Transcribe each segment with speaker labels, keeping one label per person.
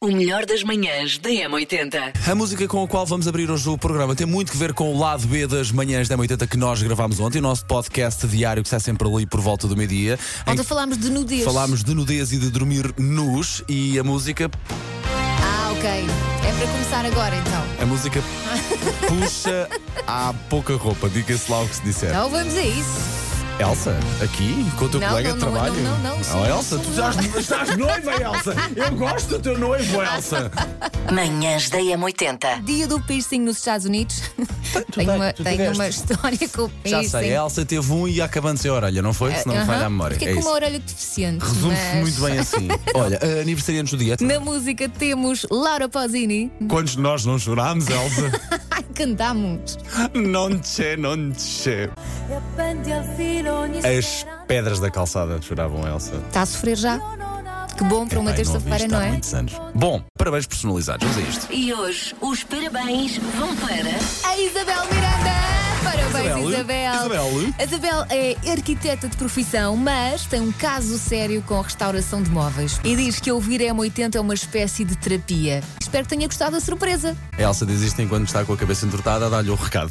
Speaker 1: O melhor das manhãs da M80.
Speaker 2: A música com a qual vamos abrir hoje o programa tem muito que ver com o lado B das manhãs da 80 que nós gravámos ontem, o nosso podcast diário que sai sempre ali por volta do meio-dia. em
Speaker 3: Ontem falámos de nudez.
Speaker 2: que Falámos de nudez e de dormir nus e a música,
Speaker 3: Ah, ok. É para começar agora então.
Speaker 2: a música puxa à pouca roupa, diga-se lá o que se disser.
Speaker 3: Então vamos a isso.
Speaker 2: Elsa, aqui, com o teu
Speaker 3: Não,
Speaker 2: colega
Speaker 3: não,
Speaker 2: de
Speaker 3: não,
Speaker 2: trabalho.
Speaker 3: não, não, não, sim,
Speaker 2: oh, Elsa,
Speaker 3: sim.
Speaker 2: tu já estás noiva, Elsa. Eu gosto do teu noivo, Elsa.
Speaker 1: Manhãs da M80.
Speaker 3: Dia do piercing nos Estados Unidos.
Speaker 2: bem,
Speaker 3: tenho uma,
Speaker 2: tu
Speaker 3: tenho
Speaker 2: tiveste.
Speaker 3: uma história com o
Speaker 2: Já
Speaker 3: piercing.
Speaker 2: sei, a Elsa teve um e acabando sem a orelha, não foi? Se não me
Speaker 3: Aham.
Speaker 2: falha a memória.
Speaker 3: Fiquei
Speaker 2: é
Speaker 3: com
Speaker 2: isso.
Speaker 3: uma orelha deficiente.
Speaker 2: Resume-se
Speaker 3: mas-
Speaker 2: muito bem assim. Olha, a aniversariantes do dia. tá?
Speaker 3: Na música temos Laura Pausini.
Speaker 2: Quantos de nós não chorámos, Elsa?
Speaker 3: Ai, cantámos.
Speaker 2: non c'è, non c'è. As pedras da calçada choravam, Elsa.
Speaker 3: Está a sofrer já? Que bom para uma
Speaker 2: Epá, eu não ouvi
Speaker 3: terça-feira,
Speaker 2: isto
Speaker 3: não
Speaker 2: há
Speaker 3: é?
Speaker 2: muitos anos. Bom, parabéns personalizados, vamos a isto.
Speaker 1: E hoje os parabéns vão para.
Speaker 3: A Isabel Miranda! Parabéns,
Speaker 2: Isabel.
Speaker 3: Isabel!
Speaker 2: Isabel.
Speaker 3: A Isabel é arquiteta de profissão, mas tem um caso sério com a restauração de móveis. E diz que ouvir a M80 é uma espécie de terapia. Espero que tenha gostado da surpresa.
Speaker 2: A Elsa diz isto enquanto está com a cabeça entortada, dá-lhe o recado.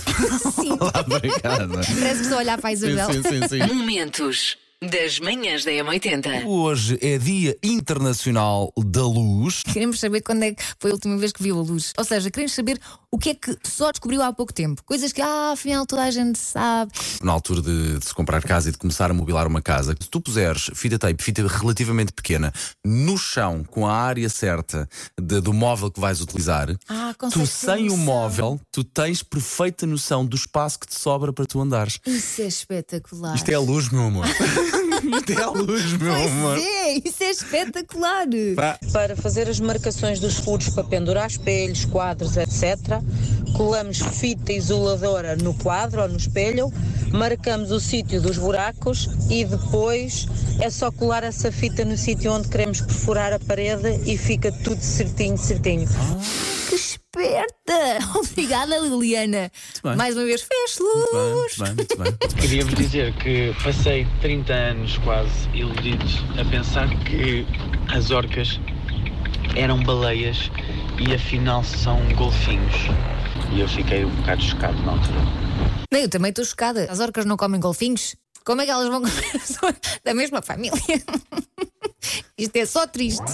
Speaker 3: Sim.
Speaker 2: Lá para casa. Sim,
Speaker 3: Parece que estou a olhar para a Isabel.
Speaker 2: sim, sim, sim.
Speaker 1: Momentos das manhãs da M80.
Speaker 2: Hoje é Dia Internacional da Luz.
Speaker 3: Queremos saber quando é que foi a última vez que viu a luz. Ou seja, queremos saber o que é que só descobriu há pouco tempo. Coisas que, ah, afinal, toda a gente sabe.
Speaker 2: na altura de, de se comprar casa e de começar a mobilar uma casa, se tu puseres fita tape, fita relativamente pequena, no chão, com a área certa de- do móvel que vais utilizar,
Speaker 3: Ah,
Speaker 2: tu
Speaker 3: consegues ter
Speaker 2: sem o
Speaker 3: noção.
Speaker 2: móvel, tu tens perfeita noção do espaço que te sobra para tu andares.
Speaker 3: Isso é espetacular.
Speaker 2: Isto é a luz, meu amor. Isto é a luz, meu amor.
Speaker 3: Pois é, isso é espetacular.
Speaker 2: Pá,
Speaker 4: Para fazer as marcações dos furos para pendurar espelhos, quadros, etc., colamos fita isoladora no quadro ou no espelho, marcamos o sítio dos buracos e depois é só colar essa fita no sítio onde queremos perfurar a parede e fica tudo certinho, certinho.
Speaker 3: Que esperta! Obrigada, Liliana.
Speaker 2: bem.
Speaker 3: Mais uma vez, fez
Speaker 2: Muito
Speaker 3: luz.
Speaker 2: bem, muito bem, muito bem.
Speaker 5: Queria-vos dizer que passei 30 anos quase iludido a pensar que as orcas eram baleias e afinal são golfinhos. E eu fiquei um bocado chocado na altura.
Speaker 3: Não, eu também estou chocada. As orcas não comem golfinhos? Como é que elas vão comer as orcas da mesma família? Isto é só triste.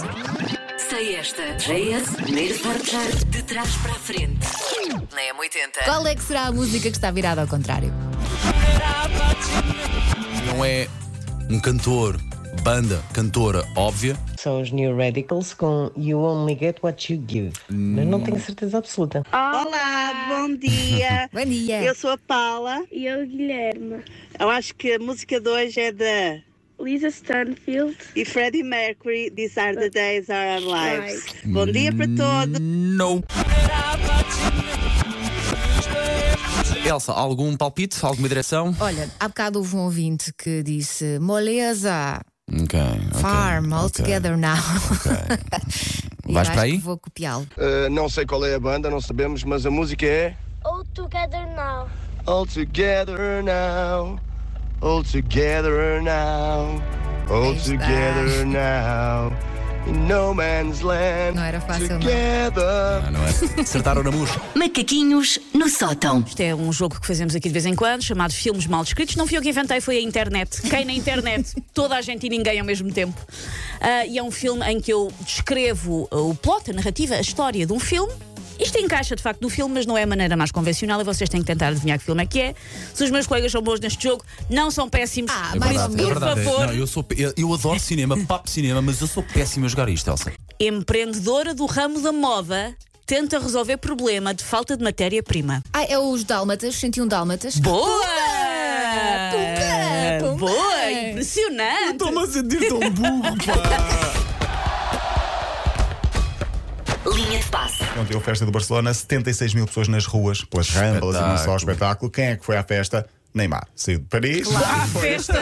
Speaker 1: Sei esta. JS, primeiro portar de trás para a frente. Na M80.
Speaker 3: Qual é que será a música que está virada ao contrário?
Speaker 2: Não é um cantor, banda, cantora óbvia.
Speaker 6: São os New Radicals com You Only Get What You Give. Mas não tenho certeza absoluta.
Speaker 7: Olá, bom dia.
Speaker 3: Bom dia.
Speaker 7: Eu sou a Paula.
Speaker 8: E eu, Guilherme.
Speaker 7: Eu acho que a música de hoje é da
Speaker 8: Lisa Stanfield.
Speaker 7: e Freddie Mercury. These are the days are our lives. Bom dia para todos.
Speaker 2: Não. Elsa, algum palpite? Alguma direção?
Speaker 3: Olha, há bocado houve um ouvinte que disse moleza,
Speaker 2: Ok. ok,
Speaker 3: farm, all
Speaker 2: ok.
Speaker 3: together now. E eu
Speaker 2: Vais para
Speaker 3: acho que
Speaker 2: aí?
Speaker 3: Vou copiá-lo.
Speaker 9: Uh, não sei qual é a banda, não sabemos, mas a música é
Speaker 8: All together now.
Speaker 9: All Together Now, All Together Now, All
Speaker 3: Aí está.
Speaker 9: Together Now, in No Man's Land.
Speaker 3: Não era fácil, não.
Speaker 9: together.
Speaker 2: Ah, não é? Acertaram na música.
Speaker 1: Macaquinhos no sótão.
Speaker 10: Isto é um jogo que fazemos aqui de vez em quando, chamado Filmes Mal Descritos. Não fui eu que inventei, foi a internet. Quem na internet? Toda a gente e ninguém ao mesmo tempo. Ah, e é um filme em que eu descrevo ah, o plot, a narrativa, a história de um filme. Isto encaixa de facto no filme, mas não é a maneira mais convencional e vocês têm que tentar adivinhar que filme é que é. Se os meus colegas são bons neste jogo, não são péssimos.
Speaker 3: Ah,
Speaker 2: É
Speaker 3: mais
Speaker 2: verdade, é
Speaker 3: ou menos.
Speaker 10: por
Speaker 2: verdade.
Speaker 10: favor,
Speaker 2: Não, eu, sou, eu, eu adoro cinema, papo cinema, mas eu sou péssimo a jogar isto, Elsa.
Speaker 10: empreendedora do ramo da moda tenta resolver problema de falta de matéria-prima.
Speaker 3: Ah, é os Dálmatas, 101 Dálmatas. Ah,
Speaker 10: Boa!
Speaker 3: Pumba! Pumba!
Speaker 10: Boa! Impressionante!
Speaker 2: Estou-me a sentir tão burro, pá!
Speaker 1: Linha de passe.
Speaker 11: Ontem a Ah, festa do Barcelona, 76 mil pessoas nas ruas, pelas rampas e não só o espetáculo. Quem é que foi à festa? Neymar. Saiu de Paris.
Speaker 10: Ah, festa!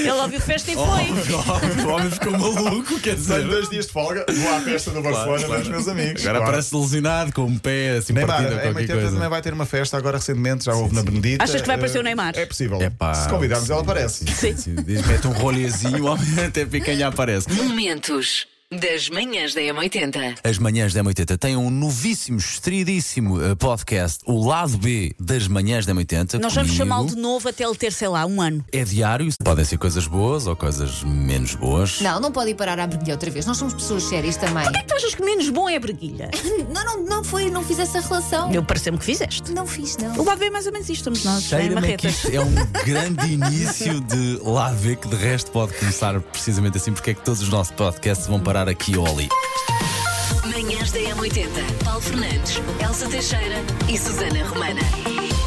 Speaker 10: Ele ouviu festa e foi.
Speaker 2: o homem ficou maluco, quer
Speaker 11: Tenho
Speaker 2: dizer.
Speaker 11: dois dias de folga, vou à festa do Barcelona
Speaker 2: claro.
Speaker 11: dos meus amigos.
Speaker 2: Agora parece lesionado com um pé assim
Speaker 11: Neymar,
Speaker 2: partido ou
Speaker 11: a
Speaker 2: qualquer
Speaker 11: Maitena também
Speaker 2: coisa.
Speaker 11: vai ter uma festa agora recentemente, já houve na Benedita.
Speaker 10: Achas que vai aparecer o Neymar?
Speaker 11: É possível.
Speaker 2: Epá,
Speaker 11: Se convidarmos,
Speaker 2: sim,
Speaker 11: ela aparece.
Speaker 2: Sim, sim, diz, mete um rolezinho, o homem até picanha aparece.
Speaker 1: Momentos Das manhãs da M80.
Speaker 2: As manhãs da M80 têm um novíssimo, estridíssimo eh, podcast, o lado B das manhãs da M80.
Speaker 10: Nós vamos
Speaker 2: comigo.
Speaker 10: chamá-lo de novo até ele ter, sei lá, um ano.
Speaker 2: É diário, podem ser coisas boas ou coisas menos boas.
Speaker 3: Não, não pode ir parar à briguilha outra vez. Nós somos pessoas sérias também.
Speaker 10: Porquê que tu achas que menos bom é a breguilha?
Speaker 3: Não, não, não foi, não fiz essa relação.
Speaker 10: Eu pareceu-me que fizeste.
Speaker 3: Não fiz, não.
Speaker 10: O lado B é mais ou menos isto, estamos nós, em
Speaker 2: Cheira-me que
Speaker 10: marretas.
Speaker 2: isto é um grande início de lado B, que de resto pode começar precisamente assim, porque é que todos os nossos podcasts vão parar aqui ou ali.
Speaker 1: Manhãs da M80. Paulo Fernandes, Elsa Teixeira e Susana Romana.